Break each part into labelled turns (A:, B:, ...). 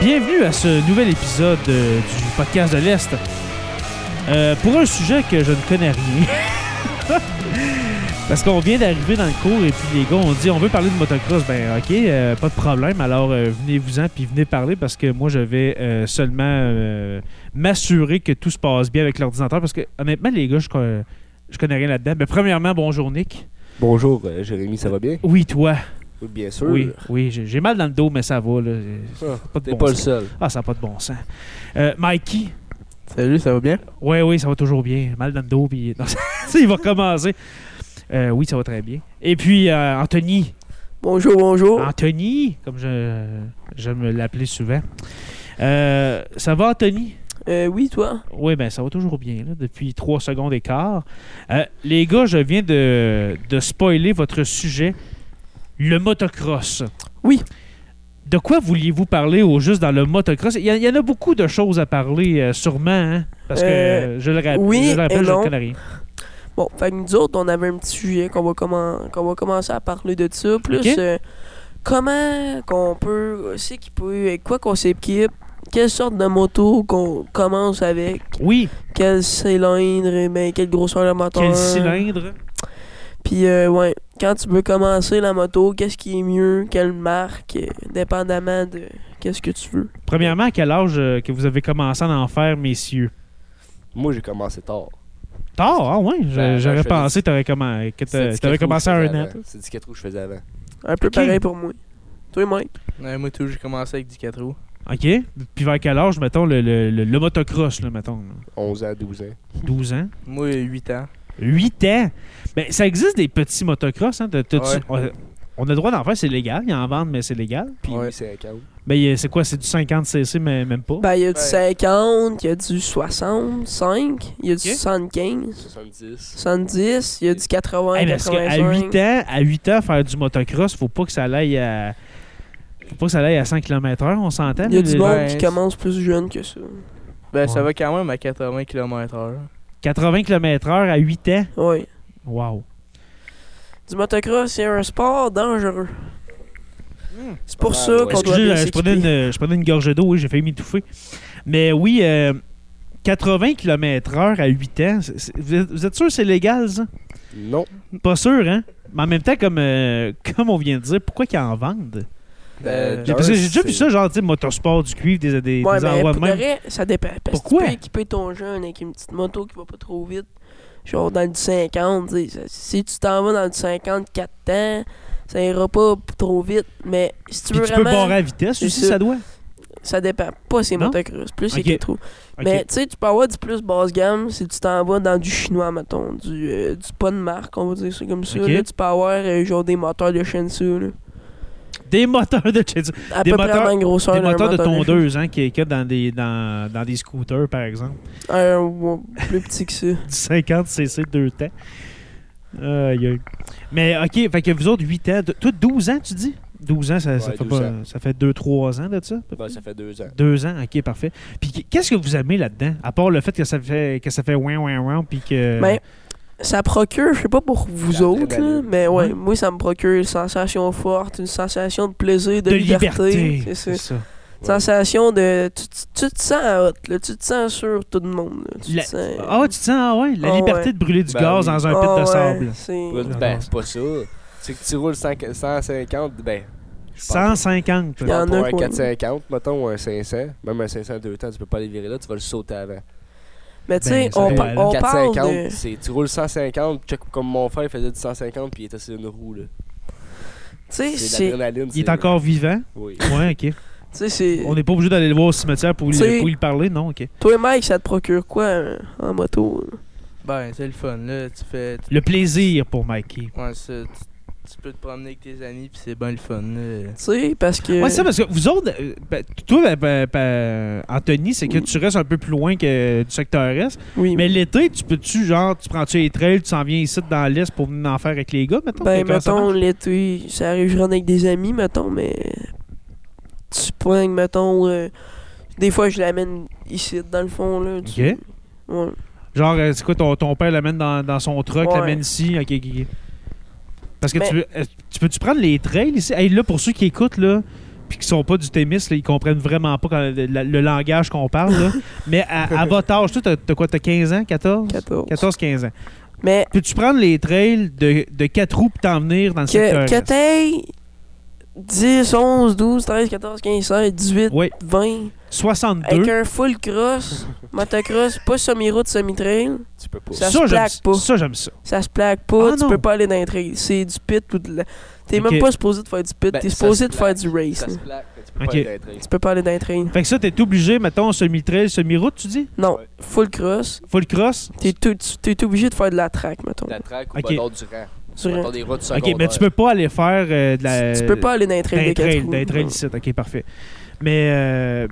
A: Bienvenue à ce nouvel épisode euh, du podcast de l'Est. Euh, pour un sujet que je ne connais rien. Parce qu'on vient d'arriver dans le cours et puis les gars ont dit on veut parler de motocross. Ben ok, euh, pas de problème. Alors euh, venez-vous-en puis venez parler parce que moi je vais euh, seulement euh, m'assurer que tout se passe bien avec l'ordinateur. Parce que honnêtement les gars, je, co- je connais rien là-dedans. Mais premièrement, bonjour Nick.
B: Bonjour euh, Jérémy, ça va bien?
A: Oui, toi.
B: Oui, bien sûr.
A: Oui, oui, j'ai j'ai mal dans le dos, mais ça va. Là.
B: Ah,
A: Pas de
B: T'es
A: bon
B: pas le
A: sens.
B: seul.
A: Ah, ça n'a pas de bon sens. Euh, Mikey,
C: Salut, ça va bien?
A: Oui, oui, ça va toujours bien. Mal dans le dos, puis non, ça, il va recommencer. Euh, oui, ça va très bien. Et puis, euh, Anthony.
C: Bonjour,
D: Oh.
C: bonjour.
A: Ah. Anthony, comme je, j'aime l'appeler souvent. Euh, ça va, Anthony?
C: Euh, oui, toi?
A: Oui, ben ça va toujours bien, là, depuis trois secondes et quart. Euh, les gars, je viens de, de spoiler votre sujet, le motocross.
C: Oui.
A: De quoi vouliez-vous parler au juste dans le motocross? Il y, a- il y en a beaucoup de choses à parler, euh, sûrement, hein, parce que
C: Euh,
A: euh, je le, rap-
D: oui
A: je le rappelle,
D: et
A: je ne
D: non.
A: connais rien.
D: Bon, fait que nous autres, on avait un petit sujet qu'on va, commen- qu'on va commencer à parler de ça. Plus
A: Ok.
D: euh, comment qu'on peut, c'est qui peut, avec quoi qu'on s'équipe, quelle sorte de moto qu'on commence avec,
A: Oui,
D: quel cylindre, ben, quelle grosseur le moteur.
A: quel cylindre?
D: Puis, euh, ouais, quand tu veux commencer la moto, qu'est-ce qui est mieux, quelle marque, euh, dépendamment de qu'est-ce que tu veux.
A: Premièrement, à quel âge euh, que vous avez commencé à en faire, messieurs?
B: Moi, j'ai commencé tard.
A: Tard, ah ouais, je-
B: Ben, ben,
A: j'aurais
B: je fais
A: pensé t'aurais commen- que
B: C'est
A: t'a-
B: du
A: t'avais
B: quatre roues
A: commencé à
B: que je
A: un
B: faisais
A: an.
B: avant. C'est du 4 roues que je faisais avant.
D: Un peu
A: Ok.
D: pareil pour moi. Toi, Mike.
C: Ouais, moi, tout, j'ai commencé avec du 4 roues.
A: OK. Puis vers quel âge, mettons, le, le, le- le motocross, là, mettons? là?
B: 11 ans, 12 ans.
A: 12 ans?
C: Moi, euh, 8 ans.
A: 8 ans? Ben, ça existe des petits motocross. Hein? T'as- t'as- tu-
C: Ouais.
A: on, on a le droit d'en faire, c'est légal. Ils en vendent, mais c'est légal.
B: Puis
C: Ouais.
B: oui, 50.
A: Ben, il y a- c'est quoi? C'est du 50cc, mais même pas?
D: Ben, il y a du
C: Ouais.
D: 50, il y a du 65, il y a du
A: Ok.
D: 75.
B: 70.
D: 70, il y a du 80,
A: Hey, parce qu'à 8
D: 85.
A: ans, à 8 ans, faire du motocross, faut pas que ça l'aille à... Faut pas que ça aille à 100 km h on s'entend?
D: Il y
A: là,
D: a du
A: le-
D: monde
C: Ouais,
D: qui
C: ben, c'est-
D: commence plus jeune que ça.
C: Ben,
A: Ouais.
C: ça va quand même à 80 km/h.
A: 80 km h à 8 ans?
D: Oui.
A: Wow.
D: Du motocross, c'est un sport dangereux.
C: Hmm.
D: C'est pour
B: Ouais,
D: ça
B: ouais.
D: qu'on doit
A: Excusez,
D: bien
A: je, prenais
D: s'équiper.
A: une, je prenais une gorge d'eau, oui, j'ai failli m'étouffer. Mais oui, euh, 80 km h à 8 ans, c'est- c'est- vous êtes, vous êtes sûr que c'est légal, ça?
B: Non.
A: Pas sûr, hein? Mais en même temps, comme, euh, comme on vient de dire, pourquoi qu'ils en vendent?
C: Euh,
A: J'ai
B: d'un,
A: parce que j'ai déjà vu
B: c'est-
A: ça, genre, tu sais, motorsport, du cuivre, des, des,
D: Ben Ouais,
A: des
D: mais
A: endroits de
D: pour de
A: même.
D: vrai, ça dépend. Parce
A: Pourquoi?
D: que tu peux équiper ton jeune avec une petite moto qui va pas trop vite. Genre dans le 50, tu sais, ça- si tu t'en vas dans le 54 temps, ça ira pas p- trop vite. Mais si tu
A: Puis
D: veux
A: tu peux
D: vraiment,
A: barrer à vitesse
D: C'est
A: aussi,
D: ça.
A: ça doit.
D: ça dépend. Pas ces
A: Non?
D: motocross, plus c'est
A: Ok.
D: qu'ils trouvent.
A: Ok.
D: Mais tu sais, tu peux avoir du plus basse gamme si tu t'en vas dans du chinois, mettons, du, euh, du pas de marque, on va dire ça comme ça.
A: Ok.
D: là. tu peux avoir euh, genre des moteurs de Shensu, là.
A: Des moteurs de chez
D: À
A: Des
D: peu près
A: moteurs-
D: la même grosseur
A: Des
D: d'un
A: moteurs de
D: moteur
A: tondeuse, hein, qui est dans des, dans, dans des scooters, par exemple.
D: Shensu. Un ou- plus petit que ça.
A: Du 50 cc deux temps. Aïe, aïe. Mais OK, fait que vous autres, 8 ans, de- toi, 12 ans, tu dis? 12 ans, ça, ça
B: Ouais,
A: fait
B: 12
A: pas-
B: ans.
A: ça fait 2-3 ans de ça?
B: Ben, ça fait 2 ans.
A: Deux ans, ok, parfait. Puis qu- qu'est-ce que vous aimez là-dedans? À part le fait que ça fait que ça fait ouin ouin ouin, puis que.
D: Ben, ça procure, je sais pas pour vous
B: La
D: autres, là,
B: adrénaline.
D: mais ouais,
A: Ouais.
D: moi ça me procure une sensation forte, une sensation de plaisir, de,
A: de liberté.
D: c'est ça.
A: C'est ça.
D: Une Sensation de. Tu, tu- tu te sens hot, là, tu te sens sur tout le monde. là, Tu
A: La-
D: te sens.
A: Ah, ouais, tu te sens, ah ouais, la
D: Ah
A: liberté
D: ouais.
A: de brûler du
B: Ben
A: gaz
B: oui.
A: dans un
D: Ah
A: pit de
D: ouais,
A: sable.
D: c'est-
B: Ben, c'est pas ça. C'est que tu roules 100 150, ben, je pense.
A: 150.
B: Je pense
D: en
B: pour
D: a
B: un
D: quoi.
B: 450, mettons, ou un 500. Même un 500 deux temps, tu peux pas les virer là, tu vas le sauter avant.
D: Mais tu sais,
A: Ben, ça
D: on,
A: fait
D: par-
A: mal.
D: on parle
B: 450,
D: de.
B: c'est tu roules 150, check, comme mon frère il faisait du 150 puis il était sur une roue là.
D: Tu sais,
B: C'est
D: c'est.
B: l'adrénaline.
A: Il est
B: c'est-
A: encore vivant.
B: Oui.
A: Ouais, ok.
D: Tu sais, c'est.
A: On n'est pas obligé d'aller le voir au cimetière pour lui,
D: T'sais-
A: pour lui parler, non, ok.
D: Toi, Mike, ça te procure quoi euh, en moto? là?
C: Ben, c'est le fun, là. Tu fais. tu-
A: Le plaisir pour Mikey.
C: ouais, ça, tu, tu peux te promener avec tes amis, puis c'est ben le fun, là.
D: Tu sais, parce que.
A: Ouais, c'est ça, parce que vous autres, euh, ben, toi, ben, ben, ben, Anthony, c'est que
D: Oui.
A: tu restes un peu plus loin que du secteur S.
D: Oui.
A: Mais l'été, tu peux-tu, genre, tu prends-tu les trails, tu s'en viens ici dans l'Est pour venir en faire avec les gars, mettons?
D: ben,
A: Comment ça
D: mettons,
A: marche?
D: l'été, ça arrive, je rentre avec des amis, mettons, mais. Tu prends, mettons. euh, Des fois, je l'amène ici, dans le fond, là. tu-
A: Ok.
D: Ouais.
A: Genre, euh, c'est quoi, ton, ton père l'amène dans, dans son truck,
D: Ouais.
A: l'amène ici, ok, ok, ok. Parce que
D: Mais-
A: tu, euh, tu peux-tu prendre les trails ici? Hey, là, pour ceux qui écoutent, là, puis qui sont pas du Témis, là, ils comprennent vraiment pas quand- la- le langage qu'on parle. là. Mais à, à votre âge, toi, t'as t'as quoi, t'as 15 ans, 14?
D: 14.
A: 14-15 ans.
D: Mais
A: Peux-tu prendre les trails de, de 4 roues pour t'en venir dans le
D: que,
A: secteur?
D: que
A: est?
D: t'aies 10, 11, 12, 13, 14, 15, 16, 18,
A: Oui,
D: 20, avec
A: 62.
D: un full cross, motocross, pas semi-route, semi-trail,
B: Tu peux pas.
D: Ça- se
A: j'aime
D: plaque pas.
A: Ça, j'aime ça.
D: ça se plaque pas,
A: Ah,
D: tu
A: non.
D: peux pas aller dans les trails. C'est du pit ou de la... T'es
A: Ok.
D: même pas supposé de faire du pit,
B: Ben,
D: t'es
B: ça
D: supposé
B: se
D: de faire
B: plaque,
D: du race.
B: Ça se
D: là.
B: plaque, mais tu peux
A: Ok.
B: pas être un trail.
D: Tu peux pas aller dans les trails.
A: Fait que ça, t'es obligé, mettons, semi-trail, semi-route, tu dis?
D: Non,
B: Ouais.
D: full cross,
A: Full cross?
D: t'es tout- t'es obligé de faire de la track, mettons.
B: De La track ou
A: Ok.
B: bâton du rang.
D: Du rang.
B: Bâton des routes
A: OK, mais
B: secondaires.
A: tu peux pas aller faire euh, de la...
D: Tu- tu peux pas aller dans les trails
A: d'un
D: de quatre
A: trail,
D: roues.
A: d'un trail
D: Non.
A: ici. OK, parfait. Mais euh,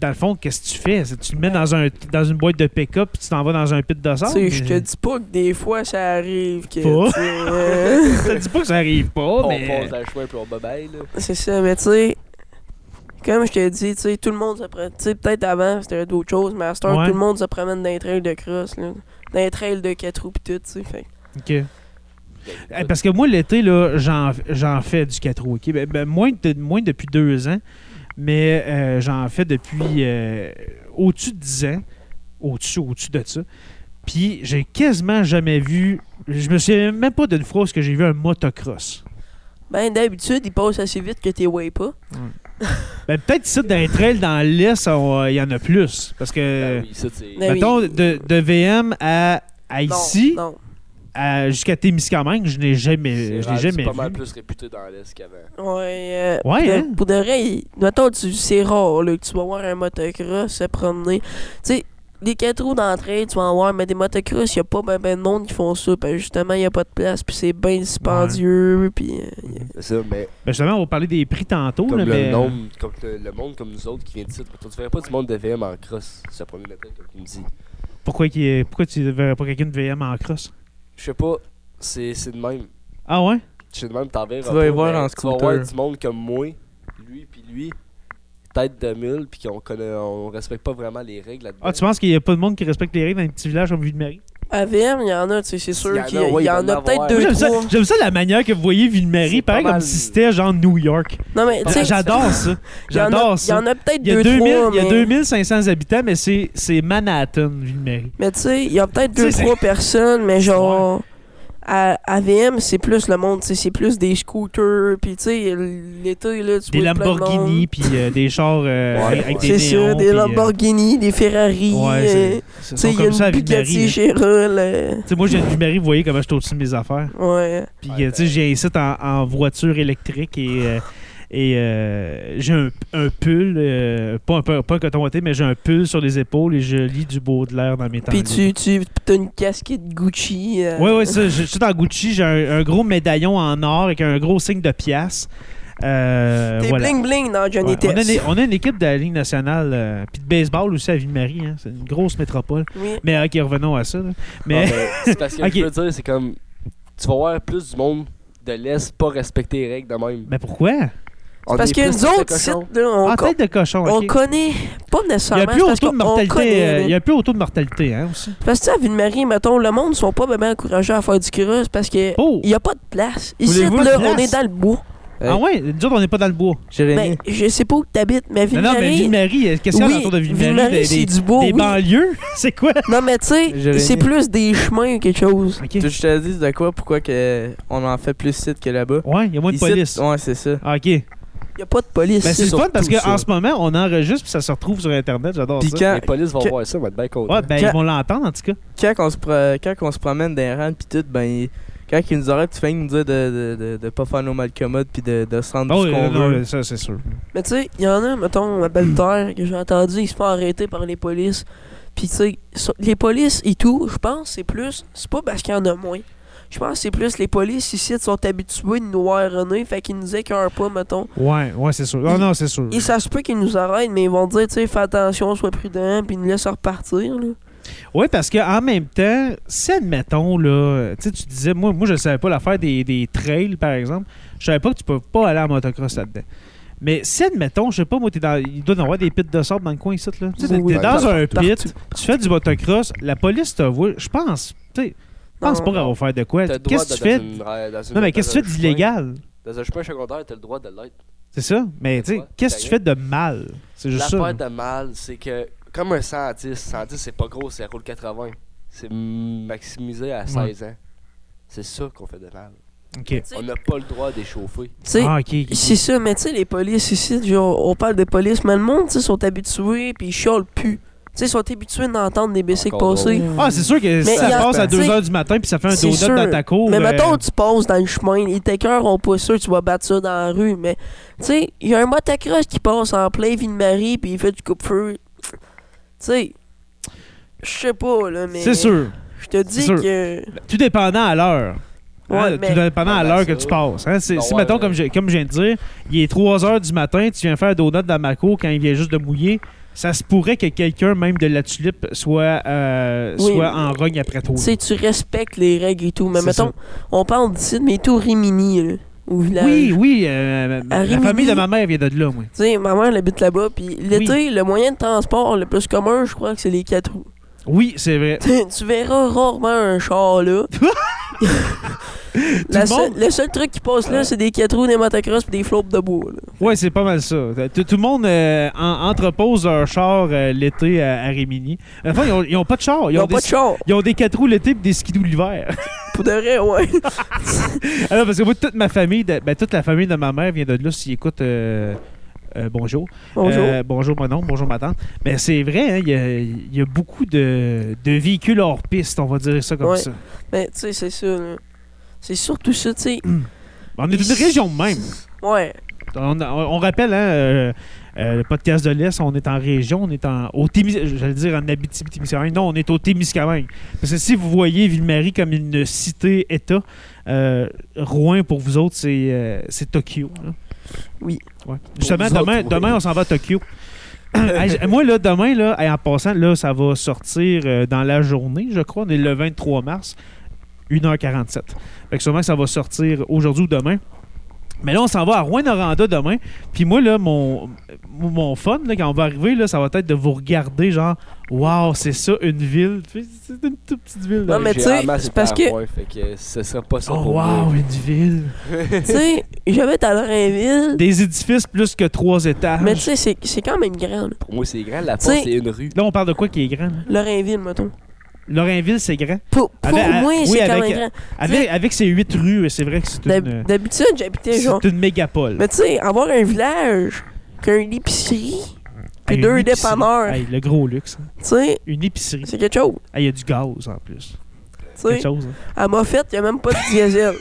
A: dans le fond, qu'est-ce que tu fais? C'est- Tu le mets dans, un, dans une boîte de pick-up puis tu t'en vas dans un pit de
D: Tu
A: sable?
D: sais, je te dis pas que des fois ça arrive que.
A: Pas.
D: tu sais, euh,
A: Je te dis pas que ça arrive pas,
B: On
A: mais...
B: passe la chemin puis on babaille, là.
D: c'est ça, mais tu sais. Comme je te dis, tu sais, tout le monde se promène. Tu sais, peut-être avant c'était d'autres choses, mais à cette heure,
A: Ouais.
D: tout le monde se promène dans les trails de cross, là. Dans les trails de 4 roues pis tout, tu sais. Fait.
A: OK. Eh, parce que moi, l'été, là, j'en, j'en fais du 4 roues. OK? Ben, ben, moins, de- moins depuis deux ans, mais euh, j'en fais depuis euh, au-dessus de 10 ans. Au-dessus, au-dessus de ça. Puis j'ai quasiment jamais vu. Je me souviens même pas d'une fois où est-ce que j'ai vu un motocross.
D: Ben, d'habitude, ils passent assez vite que t'es way pas.
A: Ben, peut-être ici, dans les trails, dans l'Est, on- euh, il y en a plus. Parce que,
B: Ben oui, ça, c'est-
D: Ben oui.
A: mettons, de, de VM à, à
D: Non,
A: ici,
D: Non.
A: à- jusqu'à Témiscamingue, je n'ai jamais,
B: c'est
A: je
B: rare,
A: l'ai
B: c'est
A: jamais
B: pas
A: vu.
B: mal plus réputé dans l'Est qu'avant.
D: Ouais, euh,
A: Ouais,
D: pour, de-
A: hein?
D: pour de vrai, il- mettons, tu- c'est rare là, que tu vas voir un motocross se promener. Tu sais, des quatre roues d'entrée, tu vas en voir, mais des motocross, il a pas ben, ben de monde qui font ça. parce que justement, il a pas de place, puis c'est bien dispendieux. Puis, euh, y a-
B: C'est ça, mais
A: Ben, justement, on va parler des prix tantôt.
B: comme
A: là, mais, euh,
B: le, nombre, comme le, le monde comme nous autres qui vient de titre. Tu verrais pas du monde de VM en cross, ça premier matin, comme tu me dis.
A: Pourquoi, qu'il est- pourquoi tu ne verrais pas quelqu'un de VM en cross?
B: Je sais pas, c'est c'est de même.
A: Ah ouais?
B: Je sais de même, t'en verras
C: Tu vas les
B: pas,
C: voir
B: mais
C: en
B: Tu vas
C: scooter.
B: voir du monde comme moi, lui puis lui, tête de mule, puis qu'on connaît, on respecte pas vraiment les règles là-dedans.
A: Ah, tu penses qu'il n'y a pas de monde qui respecte les règles dans les petits villages comme Ville-Marie?
D: À VM, il y en a, tu sais, c'est
B: Il y
D: sûr
B: en a,
D: qu'il y,
B: ouais, il
D: y
B: va
D: en
B: en
D: a peut-être
B: avoir.
D: deux,
A: J'aime ça,
D: trois.
A: j'aime ça la manière que vous voyez Ville-Marie,
B: C'est
A: pareil
B: pas
A: comme
B: mal.
A: si c'était genre New York. Ah,
D: Non, mais tu sais,
A: J'adore ça.
D: il y en a-
A: J'adore
D: Il y
A: ça.
D: en a peut-être
A: Il y a,
D: deux,
A: 2000
D: trois.
A: il y a
D: mais-
A: 2500 habitants, mais c'est c'est Manhattan, Ville-Marie.
D: Mais tu sais, il y a peut-être
A: Tu sais,
D: deux,
A: c'est-
D: trois personnes, mais genre. À, à VM, c'est plus le monde, tu sais, c'est plus des scooters, puis tu sais, l'été, là, tu
A: Des
D: vois plein de monde.
A: Lamborghini, puis euh, des chars euh,
B: Ouais,
A: avec
B: ouais.
A: des
D: C'est sûr,
A: néons,
D: des
A: puis, euh,
D: Lamborghini, des Ferrari.
A: Ouais,
D: euh,
A: c'est-
D: tu
A: c'est
D: sais,
A: sont
D: il y a
A: comme ça à
D: une
A: Ville-Marie.
D: Bugatti
A: hein.
D: Gérol. euh,
A: Tu sais, Moi, je viens de Ville-Marie, vous voyez comment je t'au-dessus de mes affaires.
D: ouais.
A: Puis,
B: Ouais, ben.
A: euh, tu sais, j'ai un site en, en voiture électrique et, euh, et euh, j'ai un, un pull, euh, pas, un, pas un coton watté, mais j'ai un pull sur les épaules et je lis du beau de l'air dans mes temps.
D: Puis
A: libres.
D: tu, tu as une casquette Gucci. euh,
A: Oui, oui, ça, je je suis dans Gucci, j'ai un, un gros médaillon en or avec un gros signe de pièce. Euh,
D: T'es
A: voilà.
D: bling-bling dans Johnny
A: Ouais, on, a
D: Test.
A: une, on a une équipe de la Ligue nationale, euh, puis de baseball aussi à Ville-Marie, hein, c'est une grosse métropole.
D: Oui.
A: Mais ok, revenons à ça. là.
B: Ah,
A: Mais
B: ben, c'est parce que
A: Ok.
B: je veux dire, c'est comme. Tu vas voir plus du monde de l'Est pas respecter les règles de même.
A: mais pourquoi?
B: On
D: Parce
B: est
D: que
B: plus tête
D: nous
B: de
D: autres,
B: cochon.
D: sites, là, on,
A: en
D: co-
A: tête de cochon.
D: on
A: Ah, ok.
D: connaît pas
A: Il n'y
D: nécessairement.
A: a plus
D: c'est parce
A: autant de
D: qu'on
A: mortalité.
D: connaît,
A: euh,
D: là.
A: Il y a plus autant de mortalité, hein, aussi.
D: Parce que, tu sais, à Ville-Marie, mettons, le monde sont pas vraiment encouragés à faire du cross parce que
A: Oh!
D: il y a pas de place. Ici,
A: Voulez-vous
D: là,
A: une
D: on
A: place?
D: est dans le bois.
A: Ah ouais, nous autres, on n'est pas dans le bois.
D: Ben,
C: Jérémy.
D: je sais pas où t'habites, mais
A: Non, non, mais
D: Ville-Marie...
A: Ville-Marie, euh, qu'est-ce qu'il y a
D: oui,
A: autour de Ville-Marie?
D: Ville-Marie,
A: Des,
D: c'est
A: des-
D: du bois,
A: des
D: oui.
A: banlieues? C'est quoi?
D: Non, mais tu sais,
C: Jérémy.
D: c'est plus des chemins ou quelque chose.
A: Ok.
C: Tu veux que je te dise de quoi, pourquoi que on en fait plus ici que là-bas.
A: Ouais, il y a moins de
C: Ici,
A: police.
C: Ouais, c'est ça.
A: Ah, ok. Ben,
D: Y a pas de police.
A: c'est le
D: ici.
A: fun parce
B: surtout
A: qu'en
B: ça.
A: ce moment, on enregistre puis ça se retrouve sur Internet. J'adore
C: Puis
A: Ah, ça.
C: quand,
B: Les polices vont
C: que-
B: voir ça, on va être bien contents.
A: Ouais, ben
C: quand-
A: ils vont l'entendre en tout cas.
C: quand on se pro- quand on se promène dans les rangs pis tout, ben il- quand ils nous arrêtent, tu fais nous dire de, de, de, de pas faire nos malcommodes pis de, de se rendre
A: Oh,
C: ce
A: euh,
C: qu'on
A: non,
C: veut.
A: mais ça, c'est sûr.
D: Mais tu sais, y en a, mettons, à Belle-Terre, que j'ai entendu, ils se font arrêter par les polices. Puis tu sais, so- les polices et tout, je pense c'est plus... C'est pas parce qu'il y en a moins. Je pense que c'est plus les polices ici sont habitués de nous nez, fait qu'ils nous écœurent pas, mettons.
A: Ouais, ouais, c'est sûr. Non,
D: Il-
A: non, c'est sûr.
D: Et ça se peut qu'ils nous arrêtent, mais ils vont dire, tu sais, fais attention, sois prudent, puis ils nous laissent repartir, là.
A: Oui, parce qu'en même temps, si admettons, là, tu sais, tu disais, moi, moi je ne savais pas l'affaire des, des trails, par exemple, je savais pas que tu peux pas aller en motocross là-dedans. Mais si admettons, je sais pas, moi, t'es dans, il doit y en avoir des pits de sable dans le coin ici, là. Tu sais, t'es
D: Oui,
A: t'es
D: oui.
A: dans un
D: Partout.
A: pit, tu fais du motocross, la police te voit, je pense, tu sais, je pense
D: Non.
A: pas qu'elle va faire de quoi.
B: T'as le droit
A: Qu'est-ce que tu
B: de-
A: fais?
B: dans une ra- dans une-
A: Non, mais
B: dans
A: qu'est-ce que
B: un
A: tu fais
B: chemin-
A: d'illégal?
B: Dans un chemin secondaire, t'as le droit de l'être.
A: C'est ça? Mais tu sais,
B: Ouais,
A: qu'est-ce que tu fais de mal? C'est juste ça.
B: L'affaire de mal, c'est que comme un 110, 110 c'est pas gros, c'est roule 80. C'est
D: Mm.
B: maximisé à 16 ans. C'est ça qu'on fait de mal.
A: OK.
B: On n'a pas le droit d'échauffer.
D: Tu sais,
A: Ah, OK. ok.
D: c'est ça, mais tu sais, les polices ici, genre, on parle des polices, mais le monde, tu sais, sont habitués, puis ils chiolent plus. Tu sais, ils sont habitués d'entendre des bicycles
B: Encore
D: passer.
A: Ah, c'est sûr que si
D: Mais
A: ça
D: y a-
A: passe à
D: t'sais,
A: 2h du matin puis ça fait un
D: c'est
A: donut
D: sûr.
A: dans ta cour.
D: Mais
A: euh,
D: mettons, tu passes dans le chemin, ils t'écœurent pas sûr tu vas battre ça dans la rue, mais tu sais, il y a un motocross qui passe en plein Ville-Marie, puis il fait du coupe-feu. Tu sais, je sais pas, là, mais.
A: C'est sûr.
D: Je te dis
A: sûr.
D: que.
A: Tout dépendant à l'heure. Hein,
D: Ouais, mais-
A: Tout dépendant à
B: Ouais,
A: l'heure que
B: ben,
A: tu
B: ça.
A: passes. hein. C'est-
B: Ben
A: si,
B: ouais,
A: mettons,
B: ouais.
A: comme je, comme je viens de dire, il est 3h du matin, tu viens faire un donut dans ma cour quand il vient juste de mouiller, ça se pourrait que quelqu'un, même de la tulipe, soit, euh,
D: Oui,
A: soit
D: mais-
A: en rogne après toi.
D: Tu sais, tu respectes les règles et tout. Mais
A: C'est
D: mettons,
A: ça.
D: on parle d'ici, mais tout Rimini, là, au village.
A: Oui, oui. euh,
D: À
A: la
D: Rimini-
A: famille de ma mère vient de là, moi.
D: Tu sais, ma mère elle habite là-bas, puis l'été, le moyen de transport le plus commun, je crois que c'est les quatre roues.
A: Oui, c'est vrai.
D: Tu tu verras rarement un char là. La
A: le
D: seul-
A: monde-
D: le seul truc qui passe là, c'est des quatre roues, des motocross puis des flops de bois. là.
A: Ouais, c'est pas mal ça. Tout, tout le monde euh, en- entrepose leur char euh, l'été à, à Rimini. Enfin, ils ont, ils ont pas de char. Ils,
D: Ils
A: ont,
D: n'ont
A: des,
D: pas de char.
A: ils ont des quatre roues l'été et des skidoo l'hiver.
D: Pour de vrai, ouais.
A: Alors, Ah parce que moi, toute ma famille, de- ben, toute la famille de ma mère vient de là. S'ils écoutent, euh, euh, bonjour.
D: Bonjour.
A: Euh, bonjour, mon nom. Bonjour, ma tante. Mais c'est vrai, hein, il y a- il y, a beaucoup de, de véhicules hors piste, on va dire ça comme
D: Ouais.
A: ça.
D: Mais tu sais, c'est ça. là. C'est surtout ça, tu sais.
A: Mm. On est une région de même.
D: Ouais.
A: On, on- on rappelle, hein, euh, euh, le podcast de l'Est, on est en région, on est en, au Témis, j'allais dire en Abitibi-Témiscamingue. Non, on est au Témiscamingue. Parce que si vous voyez Ville-Marie comme une cité-État, euh, Rouen, pour vous autres, c'est, euh, c'est Tokyo. hein.
D: Oui.
A: Ouais. Justement,
B: vous autres,
A: demain,
B: oui.
A: demain, on s'en va à Tokyo. Hey, j- Moi, là, demain, là, hey, en passant, là, ça va sortir euh, dans la journée, je crois. On est le 23 mars, 1h47. Fait que sûrement que ça va sortir aujourd'hui ou demain. Mais là, on s'en va à Rouen-Noranda demain. Puis moi, là, mon, mon fun, là, quand on va arriver, là, ça va être de vous regarder, genre, waouh, c'est ça, une ville. Tu sais, C'est une toute petite ville. là.
D: Non, mais
B: J'ai
D: tu sais,
B: ramassé
D: c'est parce
B: par
D: que-
B: point, fait que ce sera pas ça
A: Oh,
B: pour
A: waouh,
B: moi.
A: une ville.
D: tu sais, j'habite à Lorrainville.
A: Des édifices plus que trois étages.
D: Mais tu sais, c'est- c'est quand même grand. là.
B: Pour moi, c'est grand. La
D: Tu
B: porte,
D: sais-
B: c'est une rue.
A: Là, on parle de quoi qui est grand? là?
D: Lorrainville, mettons.
A: Lorrainville, c'est grand.
D: Pour, pour
A: Avec- à-
D: moi,
A: oui,
D: c'est quand
A: avec-
D: même grand.
A: Avec, avec ses huit rues, c'est vrai que c'est
D: D'hab-
A: une, euh,
D: D'habitude, j'habitais genre.
A: c'est une mégapole.
D: Mais tu sais, avoir un village, qu'une épicerie, puis
A: Hey,
D: deux
A: une épicerie.
D: dépanneurs,
A: Hey, le gros luxe. hein.
D: tu sais,
A: Une épicerie.
D: c'est quelque chose.
A: Hey, Il y a du gaz en plus.
D: Tu
A: Quelque
D: sais,
A: chose. hein.
D: à Moffett, il n'y a même pas de diesel.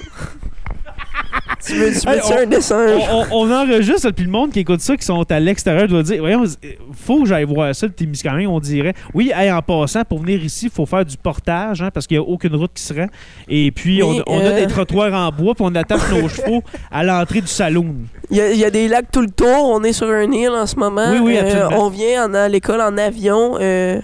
D: tu veux, tu veux
A: Hey, on-
D: un dessin?
A: On, on- on enregistre, puis le monde qui écoute ça, qui sont à l'extérieur, doit dire Voyons, euh, faut que j'aille voir ça, le Témiscamingue, on dirait. Oui, hey, en passant, pour venir ici, il faut faire du portage, hein, parce qu'il n'y a aucune route qui se rend. Et puis, on,
D: Oui,
A: on a
D: euh.
A: des trottoirs en bois, puis on attache nos chevaux à l'entrée du saloon.
D: Il y, a- il y a des lacs tout le tour, on est sur un île en ce moment.
A: Oui, oui,
D: Euh,
A: absolument.
D: on vient en- à l'école en avion. euh,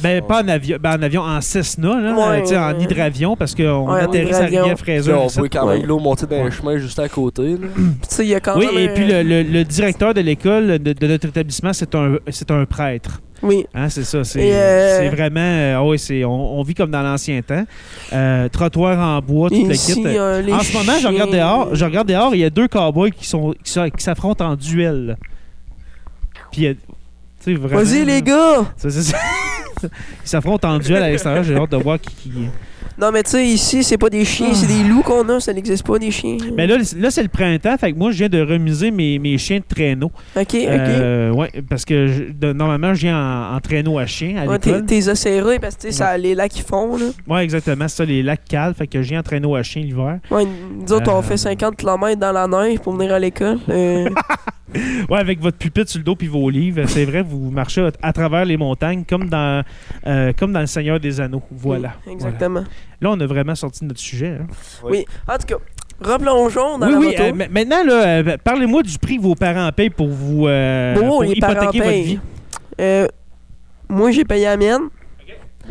A: Ben, pas en avion, ben, en avion, en Cessna, là,
D: Ouais,
A: tu sais, en
D: ouais.
A: hydravion, parce qu'on
D: Ouais, en
A: atterrit à
D: hydravion.
B: Puis là,
A: Rivière-Fraser.
B: on
A: ici.
B: voit quand
D: ouais. Mm.
B: même l'eau monter dans
A: Ouais.
B: le chemin juste à côté. là.
D: tu sais, il y a quand
A: Oui,
D: même.
A: et
D: un-
A: puis le, le- le directeur de l'école de, de notre établissement, c'est un, c'est un prêtre.
D: Oui,
A: Hein, c'est ça, c'est
D: Et, euh,
A: c'est vraiment... euh, ah oui, c'est- on, on vit comme dans l'ancien temps. Euh, trottoir en bois, toute la
D: ici,
A: kit.
D: euh, les
A: En ce moment, je
D: chiens.
A: regarde dehors, je regarde dehors, il y a deux cowboys qui sont qui s'a- qui s'affrontent en duel. Puis, il y a- tu sais, vraiment...
D: Vas-y, les gars!
A: Ça, c'est ça. Ils s'affrontent en duel à l'extérieur, j'ai hâte de voir qui... qui...
D: Non, mais tu sais, ici, c'est pas des chiens, c'est des loups qu'on a, ça n'existe pas, des chiens.
A: Ah. Mais là, là c'est le printemps, fait que moi, je viens de remiser mes, mes chiens de traîneau.
D: Ok, ok.
A: Euh, ouais, parce que je- de- normalement, je viens en, en traîneau à chien à
D: Ouais,
A: l'école.
D: t'es- T'es acéré parce que tu sais, ça les lacs qui font. Là.
A: Ouais, exactement, c'est ça, les lacs calmes, fait que je viens en traîneau à chien l'hiver.
D: Ouais, nous autres,
A: Euh.
D: on fait 50 km dans la neige pour venir à l'école. Euh,
A: Ouais, avec votre pupitre sur le dos puis vos livres, euh, c'est vrai, vous marchez à, à travers les montagnes comme dans, euh, comme dans Le Seigneur des Anneaux. Voilà.
D: Exactement.
A: Voilà. Là, on a vraiment sorti de notre sujet. hein.
D: Oui. En tout cas, replongeons dans
A: Oui,
D: la
A: oui,
D: moto.
A: euh, ma- maintenant, là, euh, parlez-moi du prix que vos parents payent pour vous euh,
D: Bon,
A: pour
D: les parents
A: hypothéquer votre
D: payent.
A: vie.
D: Euh, moi, j'ai payé la mienne.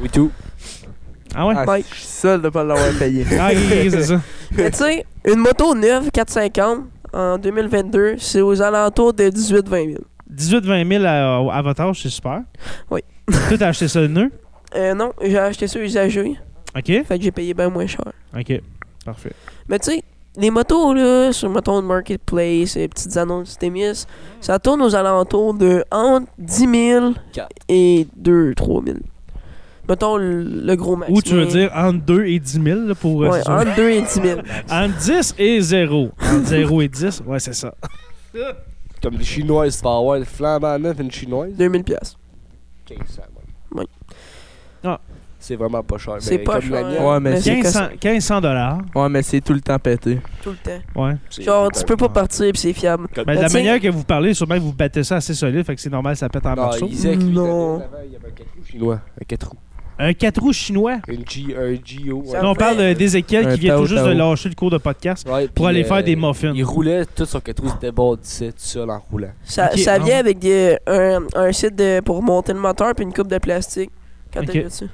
B: Oui, tout.
A: Ah ouais?
C: Ah,
D: Ouais.
C: Je suis seul de pas l'avoir payé.
A: Ah, ok, ok, c'est ça.
D: Mais tu sais, une moto neuve 450 en 2022, c'est aux alentours de 18-20 000.
A: 18-20 000 à, à votre âge, c'est super.
D: Oui.
A: Tout acheté ça neuf.
D: Euh, non, j'ai acheté ça usagé.
A: OK.
D: Fait que j'ai payé bien moins cher.
A: OK. Parfait.
D: Mais tu sais, les motos, là, sur, mettons, le Marketplace, les petites annonces Témis, ça tourne aux alentours de entre 10 000
B: Quatre.
D: et 2 3 000. Mettons le, le gros max.
A: Ou tu veux
D: mais-
A: dire entre 2 et 10 000 là, pour. euh,
D: Ben, Ouais,
A: c'est ça.
D: entre 2 et 10 000.
A: Entre 10 et 0. Entre 0 et 10, ouais, c'est ça.
B: Comme les Chinois, ils se font avoir le flambant neuf, une Chinoise.
D: 2 000 piastres.
B: 1500, ouais.
D: Ouais.
A: Ah.
B: C'est vraiment pas cher.
D: C'est
B: mais
D: pas
B: comme la
D: cher.
B: mienne,
C: Ouais, mais
D: Mais-
C: c'est-
A: 1500 1500 dollars.
C: ouais, mais c'est tout le temps pété.
D: Tout le temps.
A: Ouais.
B: c'est-
D: Genre, tu peux pas partir pis c'est fiable.
B: Comme-
A: Mais de
D: Euh, Ben,
A: la
D: t'sais-
A: manière que vous parlez, sûrement que vous battez ça assez solide, fait que c'est normal, ça
D: Ah,
A: pète en
B: Non,
A: morceaux.
B: Isaac, lui,
D: Non.
B: l'année d'avant, il y avait un 4 roues chinois. Un 4 roues.
A: Un 4 roues chinois.
B: Une G, un GO. ouais.
D: Ça
A: Là, on
D: fait-
A: parle euh, d'Ézéchiel
C: Un
A: qui vient tout
C: Tao
A: juste de
C: Tao.
A: lâcher le cours de podcast
B: Ouais,
A: pour
B: puis,
A: aller
B: euh,
A: faire des muffins.
B: Il roulait tout son 4 roues, c'était bâtissait tout seul en roulant.
D: Ça,
A: Ok,
D: ça
A: non.
D: vient avec des, un, un site de, pour monter le moteur puis une coupe de plastique. Quand
A: Ok.
D: t'as là-dessus.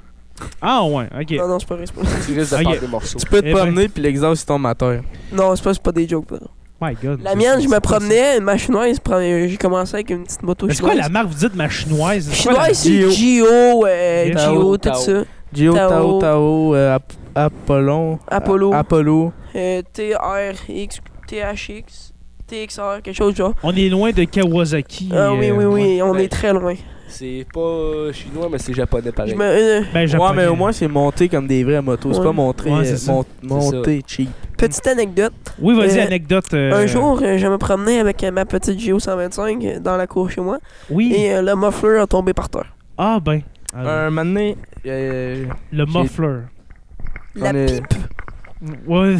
A: Ah ouais, ok.
D: Non, non, c'est pas vrai. c'est pas-
B: Tu risques de
A: Ok.
B: faire des morceaux.
C: Tu peux
A: Eh
C: te
A: ben.
C: promener, puis l'exhaust il tombe à terre.
D: Non, c'est pas, c'est pas des jokes. pardon.
A: My God.
D: La mienne, je me promenais, une machine noire, j'ai commencé avec une petite moto
A: Mais C'est quoi la
D: chinoise.
A: marque, vous dites, ma chinoise? C'est quoi la-
D: Chinoise, c'est
C: Gio?
D: Gio, euh,
A: Tao,
D: Gio, tout
B: Tao.
D: ça.
C: Gio,
D: Tao.
C: Tao, Tao, euh, Ap- Apollon.
D: Apollo.
C: A-
A: Ah,
C: Apollo.
D: Euh, TRX, THX, TXR, quelque chose de genre.
A: On est loin de Kawasaki.
D: Ah oui,
A: euh,
D: oui, oui, on
B: Ouais.
D: est très loin.
B: C'est pas euh, chinois, mais c'est japonais
D: Je
B: pareil.
D: me, euh,
A: Ben,
C: Ouais,
A: japonais.
C: mais au moins c'est monté comme des vraies motos. C'est
D: Ouais.
C: pas montré,
A: Ouais, c'est
C: euh,
A: ça.
C: mont- monté cheap.
D: petite anecdote.
A: Oui, vas-y,
D: Euh,
A: anecdote. euh,
D: Un jour, euh, je me promenais avec euh, ma petite Gio 125 euh, dans la cour chez moi
A: Oui.
D: et euh, le muffler a tombé par terre.
A: Ah ben. Ah,
C: Un moment donné, euh,
A: Le
C: j'ai-
A: muffler.
D: La
C: on est-
D: pipe.
A: Ouais,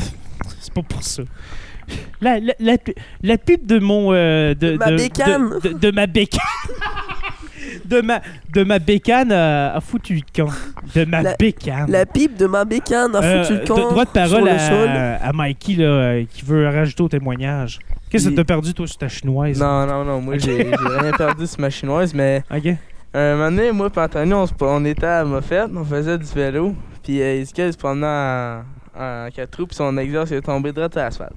A: c'est pas pour ça. La, la, la, pi- la pipe de mon. euh, de,
D: De ma
A: de-
D: bécane.
A: De, de- de ma bécane. de, ma, de ma bécane a, a foutu le camp. De ma
D: La-
A: bécane.
D: La pipe de ma bécane a
A: Euh,
D: foutu le
A: do-
D: con
A: droit de
D: sur
A: parole
D: le sol.
A: à, à Mikey là, euh, qui veut rajouter au témoignage. Qu'est-ce que
C: Il-
A: t'as perdu toi sur ta chinoise?
C: Non, non, non, moi
A: Ok.
C: j'ai j'ai rien perdu sur ma chinoise, mais
A: Ok. Ben,
C: un moment donné, moi, Pantani, on, se pro- on était à Moffett, on faisait du vélo, puis euh, Iskel il se promenait en, en 4 roues, puis son exhaust il est tombé droit à l'asphalte.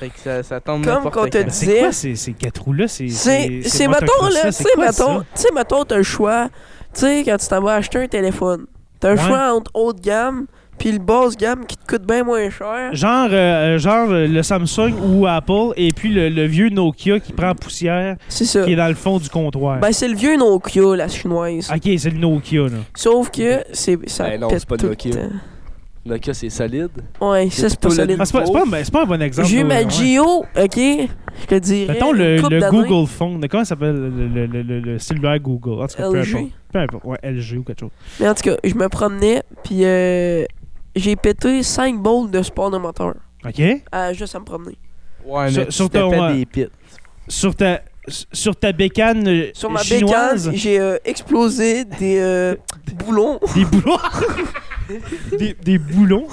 C: Fait que ça, ça tombe
D: Comme
C: n'importe
D: qu'on te
C: quand.
A: Mais
D: dit-
A: C'est quoi ces, ces quatre roues là? C'est
D: C'est c'est mettons là, tu sais mettons, tu sais mettons t'as le choix, tu sais quand tu t'en vas acheter un téléphone, t'as le
A: Ouais.
D: choix entre haut de gamme puis le bas de gamme qui te coûte bien moins cher.
A: Genre, euh, genre euh, le Samsung ou Apple et puis le, le vieux Nokia qui prend poussière
D: C'est ça.
A: qui est Ah. dans le fond du comptoir.
D: Euh, Ben c'est le vieux Nokia la chinoise.
A: ok, c'est le Nokia là.
D: Sauf que c'est ça
B: Ben non,
D: pète
B: c'est pas
D: tout le
B: Nokia.
D: temps.
B: Nokia, c'est solide.
D: Ouais, ça c'est
B: Tout
D: pas
B: le-
D: solide.
A: Ah, c'est, pas, c'est, pas, ben, c'est pas un bon exemple.
D: Oh. J'ai eu
A: là,
D: ma
A: ouais.
D: Gio, OK, je te dirais
A: Mettons
D: une
A: le,
D: couple
A: le
D: d'années.
A: Google Phone. Comment ça s'appelle le, le, le, le- le cellulaire Google? En tout cas, peu
D: LG.
A: importe. Peu importe. Ouais, LG ou quelque chose.
D: Mais en tout cas, je me promenais, puis euh, j'ai pété 5 balles de sport de moteur.
A: Ok?
D: à juste à me promener.
C: Ouais,
A: Sur-
C: mais tu
A: sur
C: te
A: ton,
C: pètes
A: euh,
C: des pits.
A: Sur ta, sur ta bécane euh,
D: Sur ma
A: chinoise?
D: bécane, j'ai euh, explosé des euh, boulons.
A: Des boulons? des, des boulons?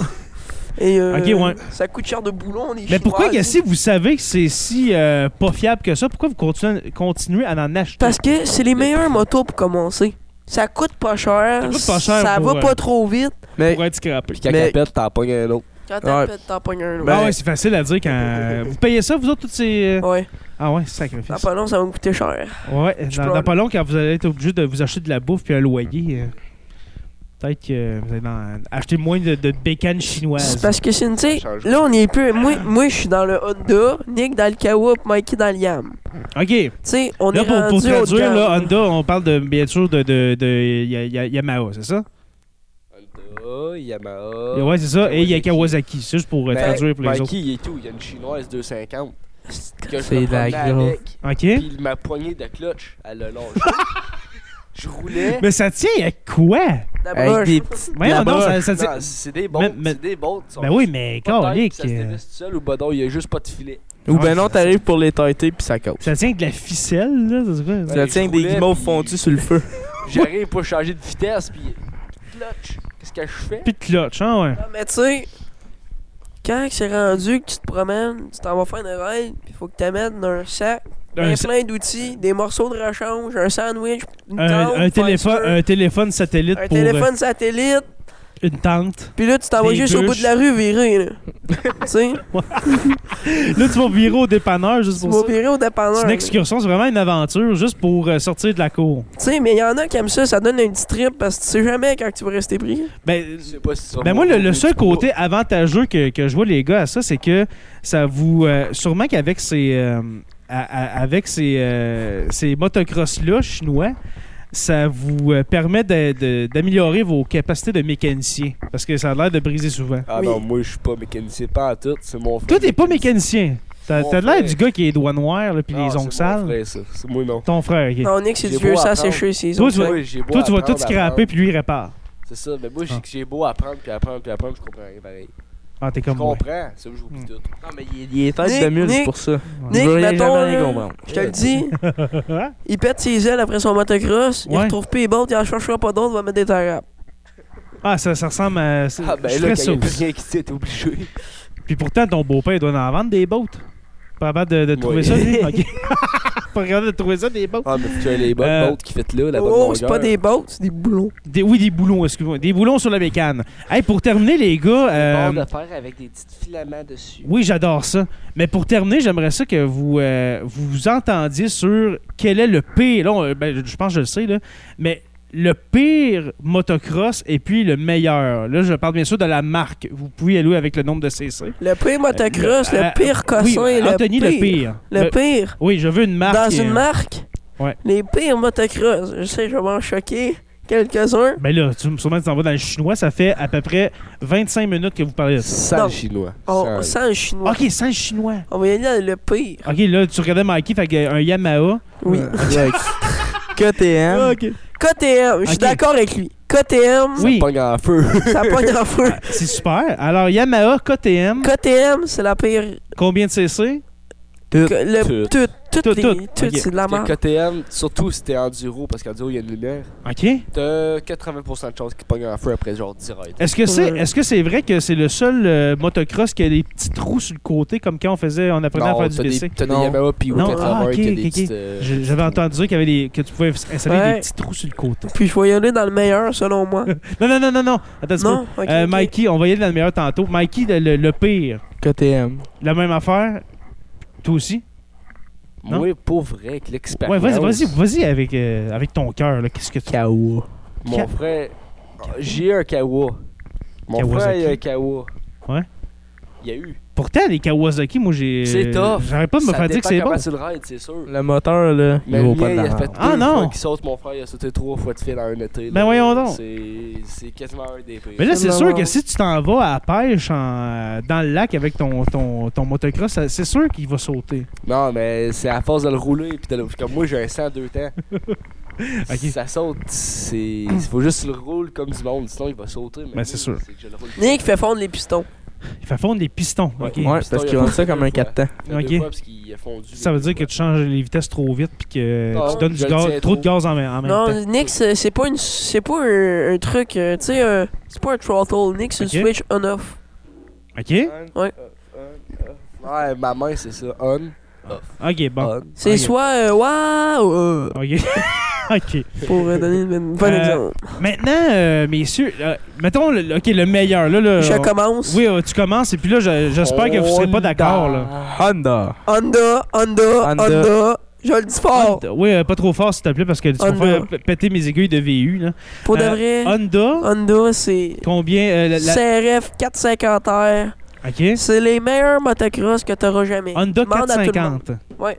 D: Et, euh,
A: Ok, ouais.
D: Ça coûte cher de boulons, les
A: Mais pourquoi
D: Chinois,
A: que si vous savez que c'est si euh, pas fiable que ça, pourquoi vous continuez, continuez à en acheter?
D: Parce que c'est les meilleurs motos pour commencer. Ça coûte pas cher.
A: Ça coûte pas cher
D: ça
A: pour,
D: va
A: euh,
D: pas trop vite.
C: Mais
A: Pour être scrappé.
B: Puis quand
C: Mais-
B: elle pète, t'en pognes un autre.
D: Quand t'as
C: Ouais.
D: pète, t'en pognes un.
A: ah
C: Ben-
A: ouais, c'est facile à dire quand. Vous payez ça, vous autres, toutes ces.
D: ouais. ouais.
A: Ah ouais, sacrifice.
D: Dans pas long, ça va me coûter cher.
A: Ouais,
D: Je
A: dans,
D: peux-
A: dans pas long, quand vous allez être obligé de vous acheter de la bouffe puis un loyer, euh, peut-être que vous allez dans- acheter moins de, de bécanes
D: C'est
A: chinoises.
D: parce que, c'est une- tu sais,
B: Ça change.
D: là, on est plus. Moi, moi je suis dans le Honda, Nick dans le Kawa, puis Mikey dans le Yam.
A: Ok,
D: Tu sais, on
A: là
D: est
A: pour,
D: rendu
A: pour
D: haut de
A: traduire,
D: gamme.
A: là, Honda, on parle de, bien sûr de, de, de Ya- Ya- Yamaha, c'est ça?
B: Honda, Yamaha.
A: ouais, c'est ça. Et il y a
B: Euh, Kawasaki.
A: Kawasaki, c'est juste pour euh,
B: Ben,
A: traduire pour les
B: Mikey,
A: autres.
B: il est tout. Il y a une chinoise 250.
D: C'est-
B: Que je
C: C'est
B: me
C: la
B: promenais
C: grosse.
B: avec.
A: Ok?
B: Puis il m'a poigné de clutch à le long. je roulais.
A: Mais ça tient à quoi?
D: la
C: Avec
D: broche.
C: des petits.
A: Mais non,
C: la
A: non,
C: broche.
A: ça, ça
B: Non,
A: tient.
B: c'est des bolts.
A: Mais- mais-
B: C'est des bolts. ça.
A: Ben oui, mais
B: Pas de tête,
A: calique. euh.
B: Ça se dévisse tout seul ou badon, il y a juste pas de filet.
C: Ou ben
A: Ouais,
C: non,
A: c'est-
C: t'arrives pour les tâter, puis ça casse.
A: Ça tient avec de la ficelle, là, ça se fait.
B: Ouais.
C: Ça tient
B: je
C: avec des
B: roulais,
C: guimauves
B: puis-
C: fondues sur le feu.
B: J'arrive pour changer de vitesse, puis clutch. Qu'est-ce que je fais?
A: Puis de clutch, hein, ouais.
D: Ah, mais tu sais, quand c'est rendu que tu te promènes, tu t'en vas faire une ride, il faut que tu amènes un sac,
A: Un,
D: ben plein d'outils, des morceaux de rechange, un sandwich, une
A: un-
D: tente,
A: un
D: faire
A: téléphone,
D: ça,
A: un téléphone satellite
D: un
A: pour. euh,
D: téléphone satellite,
A: une tente.
D: Puis là, tu t'en vas
A: Des
D: juste au bout
A: bûches.
D: de la rue virer, là. tu sais,
A: Là, tu vas virer au dépanneur juste
D: tu
A: pour
D: vas
A: ça.
D: virer au dépanneur.
A: C'est une
D: là.
A: excursion, c'est vraiment une aventure juste pour euh, sortir de la cour.
D: Tu sais, mais il y en a qui aiment ça, ça donne un petit trip parce que tu sais jamais quand tu vas rester pris.
A: Ben,
B: Je sais pas si tu vas
A: Ben moi, le,
B: monter,
A: le
B: mais
A: seul
B: tu peux pas.
A: côté avantageux que, que je vois les gars à ça, c'est que ça vous... euh, sûrement qu'avec ces... euh, à- à- avec ces, euh, ces motocross-là chinois, ça vous euh, permet d'a- de- d'améliorer vos capacités de mécanicien. Parce que ça a l'air de briser souvent.
B: Ah
D: Oui.
B: non, moi, je suis pas mécanicien, pas à tout. C'est mon frère.
A: Toi, t'es pas mécanicien. T'as
B: Mon
A: t'as l'air
B: frère.
A: du gars qui a les doigts noirs là, puis
B: Non,
A: les ongles
B: Ah, c'est mon
A: sales.
B: frère, ça. C'est moi, non.
A: Ton frère, ok.
D: Non, Nick, c'est
B: J'ai
D: du vieux
B: beau
D: ça
B: apprendre.
D: séché, c'est
A: Toi, tu vas-
B: Moi, j'ai beau
A: Toi, tu vas tout
B: apprendre,
A: scraper,
B: apprendre.
A: puis lui, il répare.
B: C'est ça, mais moi, j'ai-
A: Ah.
B: j'ai beau apprendre, puis apprendre, puis apprendre, je comprends rien pareil.
A: Ah, t'es
B: Je
A: comme moi.
B: comprends, c'est où je oublie
A: Hmm.
B: tout.
C: Non, mais il, est- il est tête
D: Nick,
C: de mule
D: Nick,
C: pour ça.
D: Nick,
C: je veux rien-
D: mettons,
C: jamais rien
D: là,
C: comprendre.
D: Je te le dis, il pète ses ailes après son motocross, il
A: Ouais.
D: retrouve plus les bottes, il en cherchera pas d'autres, il va mettre des tarapes.
A: Ah, ça, ça ressemble à...
B: Ah,
A: je ferais
B: ben là,
A: ça
B: quand il y a
A: aussi.
B: plus rien qui dit, t'es obligé.
A: Puis pourtant, ton beau-père, il doit en vendre des bottes. Pas capable de, de trouver
B: Oui.
A: ça, lui. OK. pas capable de trouver ça, des bottes.
B: Ah, mais tu as les
A: Euh,
B: bonnes bottes qui fait là, la bonne
D: Oh, c'est
B: longueur.
D: pas des bottes, c'est des boulons.
A: Des, oui, des boulons, excuse-moi. Des boulons sur la bécane. Hey, pour terminer, les gars. euh,
B: On va le faire avec des petits filaments dessus.
A: oui, j'adore ça. Mais pour terminer, j'aimerais ça que vous, euh, vous vous entendiez sur quel est le pire. Là, on- ben, je pense que je le sais, là. Mais le pire motocross et puis le meilleur. Là, je parle bien sûr de la marque. Vous pouvez allouer avec le nombre de CC.
D: Le pire motocross,
A: Euh,
D: le pire cossin,
A: oui,
D: le
A: Anthony,
D: pire.
A: le pire.
D: Le
A: Le-
D: pire.
A: oui, je veux une marque.
D: Dans
A: et-
D: une marque,
A: Ouais.
D: les pires motocross, je sais, je vais m'en choquer quelques-uns.
A: Ben là, tu, sûrement tu t'en vas dans le chinois, ça fait à peu près 25 minutes que vous parlez de ça.
B: Sans
D: Non.
B: le chinois.
A: Oh,
D: On,
B: Sans-
D: sent le chinois.
A: Ok, sans le chinois.
D: On va y aller dans le pire.
A: Ok, là, tu regardais Mikey, fait que, euh, un Yamaha.
D: Oui.
C: Ouais.
D: Ah,
C: KTM.
A: ok.
D: KTM, je suis
A: Ok.
D: d'accord avec lui. KTM,
B: Ça
A: Oui.
B: pogne en feu.
D: ça pogne en feu.
A: Ah, C'est super. Alors, Yamaha, KTM,
D: KTM, c'est la pire.
A: combien de CC?
D: que- le, tout, toutes
A: Tout,
D: les-
A: tout.
D: toutes,
A: Ok.
D: c'est de la
B: Parce
D: merde.
B: que KTM, surtout si t'es enduro, parce qu'enduro, il y a une lumière,
A: Ok.
B: t'as 80% de chances qu'il pogne en feu après genre 10 rides.
A: Est-ce que c'est
D: Ouais.
A: est -ce c'est vrai que c'est le seul euh, motocross qui a des petits trous sur le côté, comme quand on faisait, on apprenait à
B: Non,
A: faire du
B: t'as des,
A: BC?
B: t'as des
C: Non.
B: Yamaha PO
A: Non,
B: 80
A: ah, ok,
B: qui a des
A: ok, ok.
B: petites, euh,
A: Je- J'avais entendu dire qu'il y avait des, que tu pouvais installer
D: Ouais.
A: des petits trous sur le côté.
D: Puis je vais y aller dans le meilleur, selon moi.
A: Non, non, non, non, non. Attends, un petit
D: non?
A: peu.
D: Ok,
A: Euh,
D: ok.
A: Mikey, on va y aller dans le meilleur tantôt. Mikey, le- le- le pire.
C: KTM.
A: La même affaire. Toi aussi? Non?
B: Moi, pour vrai, avec l'expérience.
A: Ouais, vas-y, vas-y, vas-y avec, euh, avec ton cœur. là. Qu'est-ce que tu.
C: Kawa.
A: Ka-
B: Mon frère, j'ai eu un Kawa. Mon frère,
A: Kawasaki.
B: il a eu un Kawa.
A: Ouais.
B: Il y a eu.
A: hein? Pourtant, les Kawasaki, moi, j'ai.
B: C'est tough.
A: J'arrête pas de me
B: Ça
A: faire dire que
B: dépend
A: c'est
B: comment
A: bon.
B: tu le rides, c'est sûr.
C: Le moteur, là, il
B: Mais le
C: vaut
B: mien,
C: pas de
B: il
C: la
B: a fait
C: merde.
B: deux
A: Ah, non.
B: fois qu'il saute. Mon frère, il a sauté trois fois de fil en un été.
A: Ben
B: là.
A: voyons donc.
B: C'est c'est quasiment un des pires.
A: Mais là,
D: Ça
A: c'est
D: me
A: sûr que
D: manque.
A: si tu t'en vas à la pêche en, euh, dans le lac avec ton, ton, ton motocross, ça- c'est sûr qu'il va sauter.
B: Non, mais c'est à force de le rouler. Puis de le- Comme moi, j'ai un 100 deux temps.
A: Ok.
B: Ça saute. c'est- Il faut juste le rouler comme du monde. Sinon, il va sauter. Mais
A: Ben, c'est sûr.
B: que je le roule.
D: Nick fait fondre les pistons.
A: Il fait fondre les pistons.
B: Ouais.
A: ok.
C: Ouais, parce qu'ils vendent ça comme un
B: Deux fois.
C: 4 temps.
B: Fait deux
A: Ok.
B: fois parce qu'il a fondu.
A: Ça veut dire que tu changes les vitesses trop vite puis que
B: Non,
A: tu donnes du
B: je le
A: gaz-
B: tiens
A: trop de
B: trop.
A: gaz en, même- en même
D: Non,
A: temps.
D: Nick, c'est c'est pas, une, c'est pas un, un truc, euh, tu sais, euh, c'est pas un throttle. Nick, c'est
A: Ok.
D: une switch on-off.
A: OK?
D: Ouais.
B: Ouais, ma main, c'est ça. On.
A: OK, bon.
B: On.
D: C'est
A: Ok.
D: soit euh, waouh euh,
A: OK. OK.
D: pour euh, donner une- une bonne
A: Euh,
D: exemple.
A: Maintenant, euh, messieurs, euh, mettons, le, OK, le meilleur. Là, là,
D: Je
A: on-
D: commence.
A: Oui, euh, tu commences et puis là, je- j'espère que vous serez pas d'accord. là.
C: Honda.
D: Honda, Honda,
C: Honda.
D: Honda, Je le dis fort.
A: Honda. Oui, euh, pas trop fort, s'il te plaît, parce que tu vas
D: Honda.
A: faire p- péter mes aiguilles de VU. Là.
D: Pour de
A: Euh,
D: vrai,
A: Honda,
D: Honda, c'est
A: combien euh, la- la-
D: CRF 450R.
A: OK.
D: C'est les meilleurs motocross que t'auras jamais.
A: Honda
D: Demande à tout le monde.
A: 450.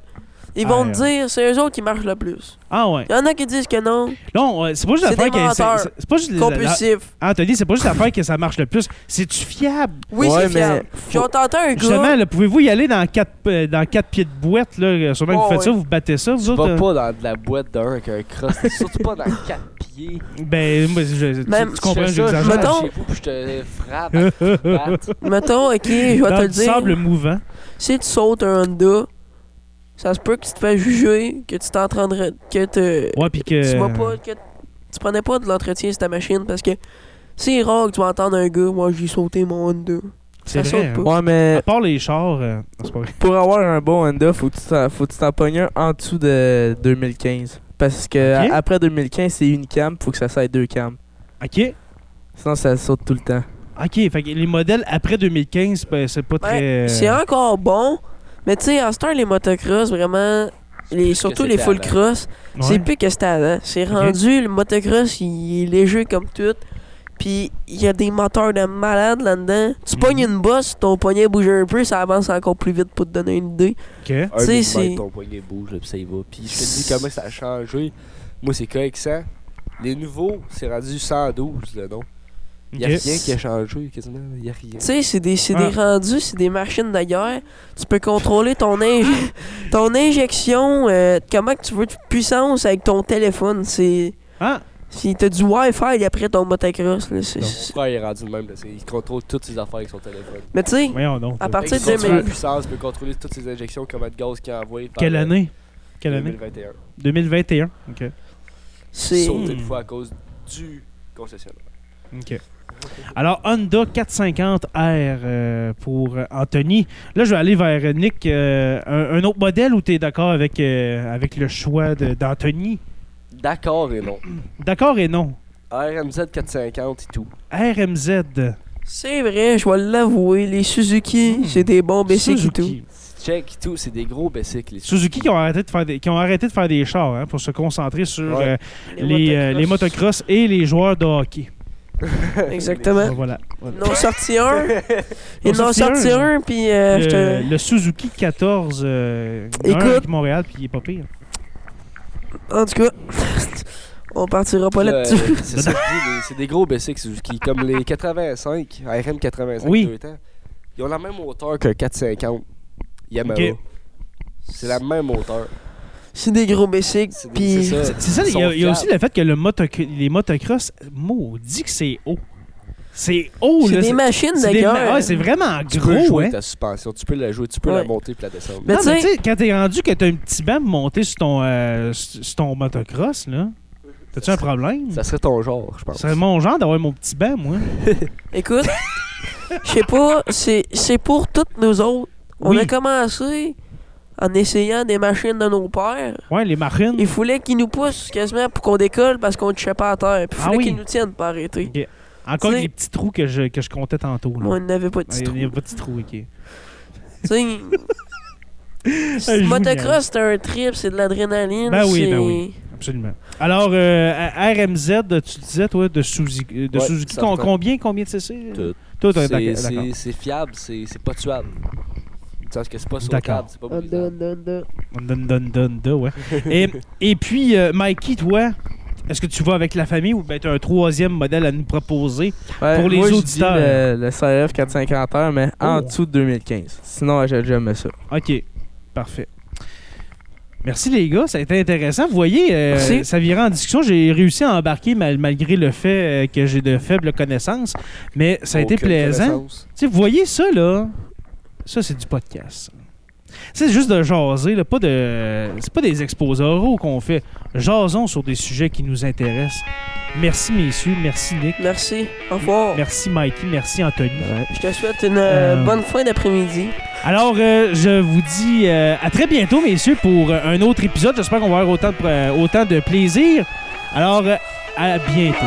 D: Ils vont
A: Ah,
D: te dire, c'est eux autres qui marchent le plus.
A: Ah ouais.
D: Il y en a qui disent que non.
A: Non, euh, c'est pas juste
D: C'est
A: l'affaire
D: des
A: que c'est-
D: menteurs.
A: c'est- c'est pas juste la- la-
D: Compulsif.
A: Anthony, c'est pas juste l'affaire que ça marche le plus, c'est tu fiable.
D: Oui,
C: Ouais,
D: c'est fiable.
C: mais faut-
D: J'ai entendu un
A: Justement,
D: gars.
A: là, pouvez-vous y aller dans quatre euh, dans quatre pieds de boîte là, euh, sûrement que vous
D: Ouais,
A: faites ça,
D: ouais.
A: vous battez ça vous
B: Tu
A: autres.
B: vas
A: euh,
B: pas dans de la boîte d'un avec un cross. surtout pas dans quatre pieds.
A: Ben moi je, tu-
D: Même-
A: tu,
B: Tu
A: comprends,
B: fais ça,
A: j'exagère.
B: je rentre
D: Mettons-
B: chez vous, puis je te frappe à coups de batte.
D: Mettons, ok, je vais
A: Dans
D: te le
A: du sable
D: dire.
A: mouvant.
D: Si tu sautes un Honda, ça se peut que tu te fais juger, que tu t'entendrais, que te,
A: Ouais, puis que
D: tu vas pas, que tu prenais pas de l'entretien sur ta machine parce que c'est rare que tu vas entendre un gars, moi j'ai sauté mon Honda.
A: c'est
D: ça
A: vrai.
D: saute
A: hein.
C: Ouais,
A: À
C: mais
A: part les chars, euh, non, c'est pas vrai.
C: pour avoir un bon Honda, faut que tu t'en- faut que tu t'en pognes un en dessous de 2015. Parce que
A: Ok.
C: a- après 2015, c'est une cam, faut que ça soit deux cams.
A: OK.
C: Sinon, ça saute tout le temps.
A: OK, fait que les modèles après 2015, ben, c'est pas très...
D: Ouais, c'est encore bon, mais tu sais, en ce temps, les motocross, vraiment, les,
B: plus que
D: surtout les
B: c'était
D: full
B: avant.
D: cross,
A: euh, Ouais.
D: c'est plus que c'était avant. C'est
A: Ok.
D: rendu, le motocross, il est léger comme tout. Puis il y a des moteurs de malade là-dedans. Tu
A: Mhm.
D: pognes une bosse, ton poignet bouge un peu, ça avance encore plus vite pour te donner une idée.
A: OK.
B: Un
D: Tu sais,
B: millimètre,
D: c'est-
B: ton poignet bouge, là, puis ça y va. Puis je te dis comment ça a changé. Moi, c'est KX100. Les nouveaux, c'est rendu 112, le nom. Il a
A: OK.
B: rien qui a changé, quasiment. Il a rien.
D: Tu sais, c'est des, c'est des rendus, c'est des machines de guerre. Tu peux contrôler ton, inje- ton injection, euh, comment que tu veux de puissance avec ton téléphone. C'est.
A: Ah,
D: Si t'as du Wi-Fi après ton motocross, là, c'est-
A: Non.
B: Mon
D: c'est-
B: frère il est rendu le même. là. C'est- Il contrôle toutes ses affaires avec son téléphone.
D: Mais tu sais,
A: voyons donc.
D: À part- partir de
B: Fait que si tu veux la
D: 2000.
B: puissance, tu peux contrôler toutes ses injections, comment de gaz qu'il envoie. par
A: Quelle
B: le-
A: année? Quelle année?
B: 2021.
A: 2021. OK.
D: c'est.
B: Sauté une
A: Hmm.
B: fois à cause du concessionnaire.
A: OK. Alors, Honda 450R euh, pour euh, Anthony. Là, je vais aller vers euh, Nick. euh, un, un autre modèle où tu es d'accord avec, euh, avec le choix de- d'Anthony?
B: D'accord et non.
A: D'accord et non.
B: RMZ 450 et tout.
A: RMZ.
D: C'est vrai, je vais l'avouer, les Suzuki,
A: Hmm.
D: c'est des bons basics et tout.
A: Suzuki.
B: Check et tout, c'est des gros basics. Les
A: Suzuki qui ont arrêté de faire des, qui ont arrêté de faire des chars hein, pour se concentrer sur
B: Ouais.
A: euh, les, euh, les motocross et les joueurs de hockey.
D: Exactement.
A: Voilà.
D: Ils en ont sorti un,
A: Ils
D: ils en ont sorti un, puis euh, je
A: Le,
D: te-
A: le Suzuki 14 euh, il y en a un
D: Écoute.
A: avec Montréal puis il est pas pire.
D: En tout cas, on partira pas
B: Là,
D: là-dessus.
B: euh, c'est ça que je dis, les- c'est des gros basics Suzuki, comme les 85, RM 85
A: Oui.
B: deux temps. Ils ont la même hauteur qu'un 450 Yamaha.
A: Ok.
B: C'est la même hauteur.
D: C'est des gros basics,
B: C'est des-
D: puis.
B: c'est ça.
A: C'est ça,
B: Ils
A: il y, a-
B: sont
A: il y a aussi
B: fiables.
A: le fait que le motoc- les motocross, maudit que c'est haut. C'est haut,
D: C'est
A: là.
D: des machines
A: c'est
D: de
A: des-
D: guerre.
A: ouais, c'est vraiment
B: Tu peux
A: gros,
B: jouer
A: hein.
B: ta suspension, tu peux la jouer, tu peux la
D: Ouais.
B: monter et la descendre.
D: Mais
A: non, mais
D: tu sais-
A: tu sais, quand t'es rendu que t'as un petit banc monté sur ton, euh, sur sur ton motocross, là, t'as-tu un problème?
B: Ça serait ton genre, je pense.
A: C'est mon genre d'avoir mon petit banc, moi.
D: Écoute, je sais pas, c'est c'est pour toutes nous autres. On
A: Oui.
D: a commencé en essayant des machines de nos pères.
A: Ouais, les marines.
D: Il fallait qu'ils nous poussent quasiment pour qu'on décolle parce qu'on ne touchait pas à terre. Puis il
A: Ah
D: fallait
A: oui.
D: qu'ils nous tiennent pour arrêter.
A: Ok. Encore
D: Tu sais-
A: les petits trous que je, que je comptais tantôt. Là. Ben,
D: Moi, on n'avait pas de petits
A: Ouais,
D: trous.
A: Il y a pas de petits trous, ok.
D: Tu sais,
A: je
D: c'est-
A: vous niaise.
D: motocross, c'est un trip, c'est de l'adrénaline.
A: Ah, Ben oui,
D: c'est-
A: ben oui. Absolument. Alors, euh, à- RMZ, tu disais, toi, de Suzuki, euh, de
B: Ouais,
A: Suzuki
B: ça
A: con-
B: fait-
A: combien, combien de CC?
B: Tout.
A: Tout,
B: C'est-
A: euh, d'ac- d'accord.
B: C'est c'est fiable, c'est c'est pas tuable. Tu sais que c'est pas
A: D'accord.
B: sautable, c'est pas brisable.
A: On donne, donne, donne, donne, ouais. et, et puis, euh, Mikey, toi, est-ce que tu vas avec la famille ou ben, tu as un troisième modèle à nous proposer?
C: Ouais,
A: Pour les
C: moi, je dis
A: auditeurs.
C: le, le CRF 450 heures, mais en
A: Oh.
C: dessous de 2015. Sinon, j'ai jamais ça.
A: OK, parfait. Merci les gars, ça a été intéressant. Vous voyez, euh,
D: Merci.
A: ça virait en discussion. J'ai réussi à embarquer mal- malgré le fait euh, que j'ai de faibles connaissances, mais ça a été
B: Aucune
A: plaisant.
B: connaissance.
A: Tu sais, vous voyez ça, là? Ça, c'est du podcast. C'est juste de jaser, là, pas de. C'est pas des exposés oraux qu'on fait. Jasons sur des sujets qui nous intéressent. Merci, messieurs. Merci, Nick.
D: Merci. Au revoir.
A: Merci, Mikey. Merci, Anthony.
D: Je te souhaite une euh,
A: Euh.
D: bonne fin d'après-midi.
A: Alors, euh, je vous dis euh, à très bientôt, messieurs, pour euh, un autre épisode. J'espère qu'on va avoir autant de, autant de plaisir. Alors, euh, à bientôt.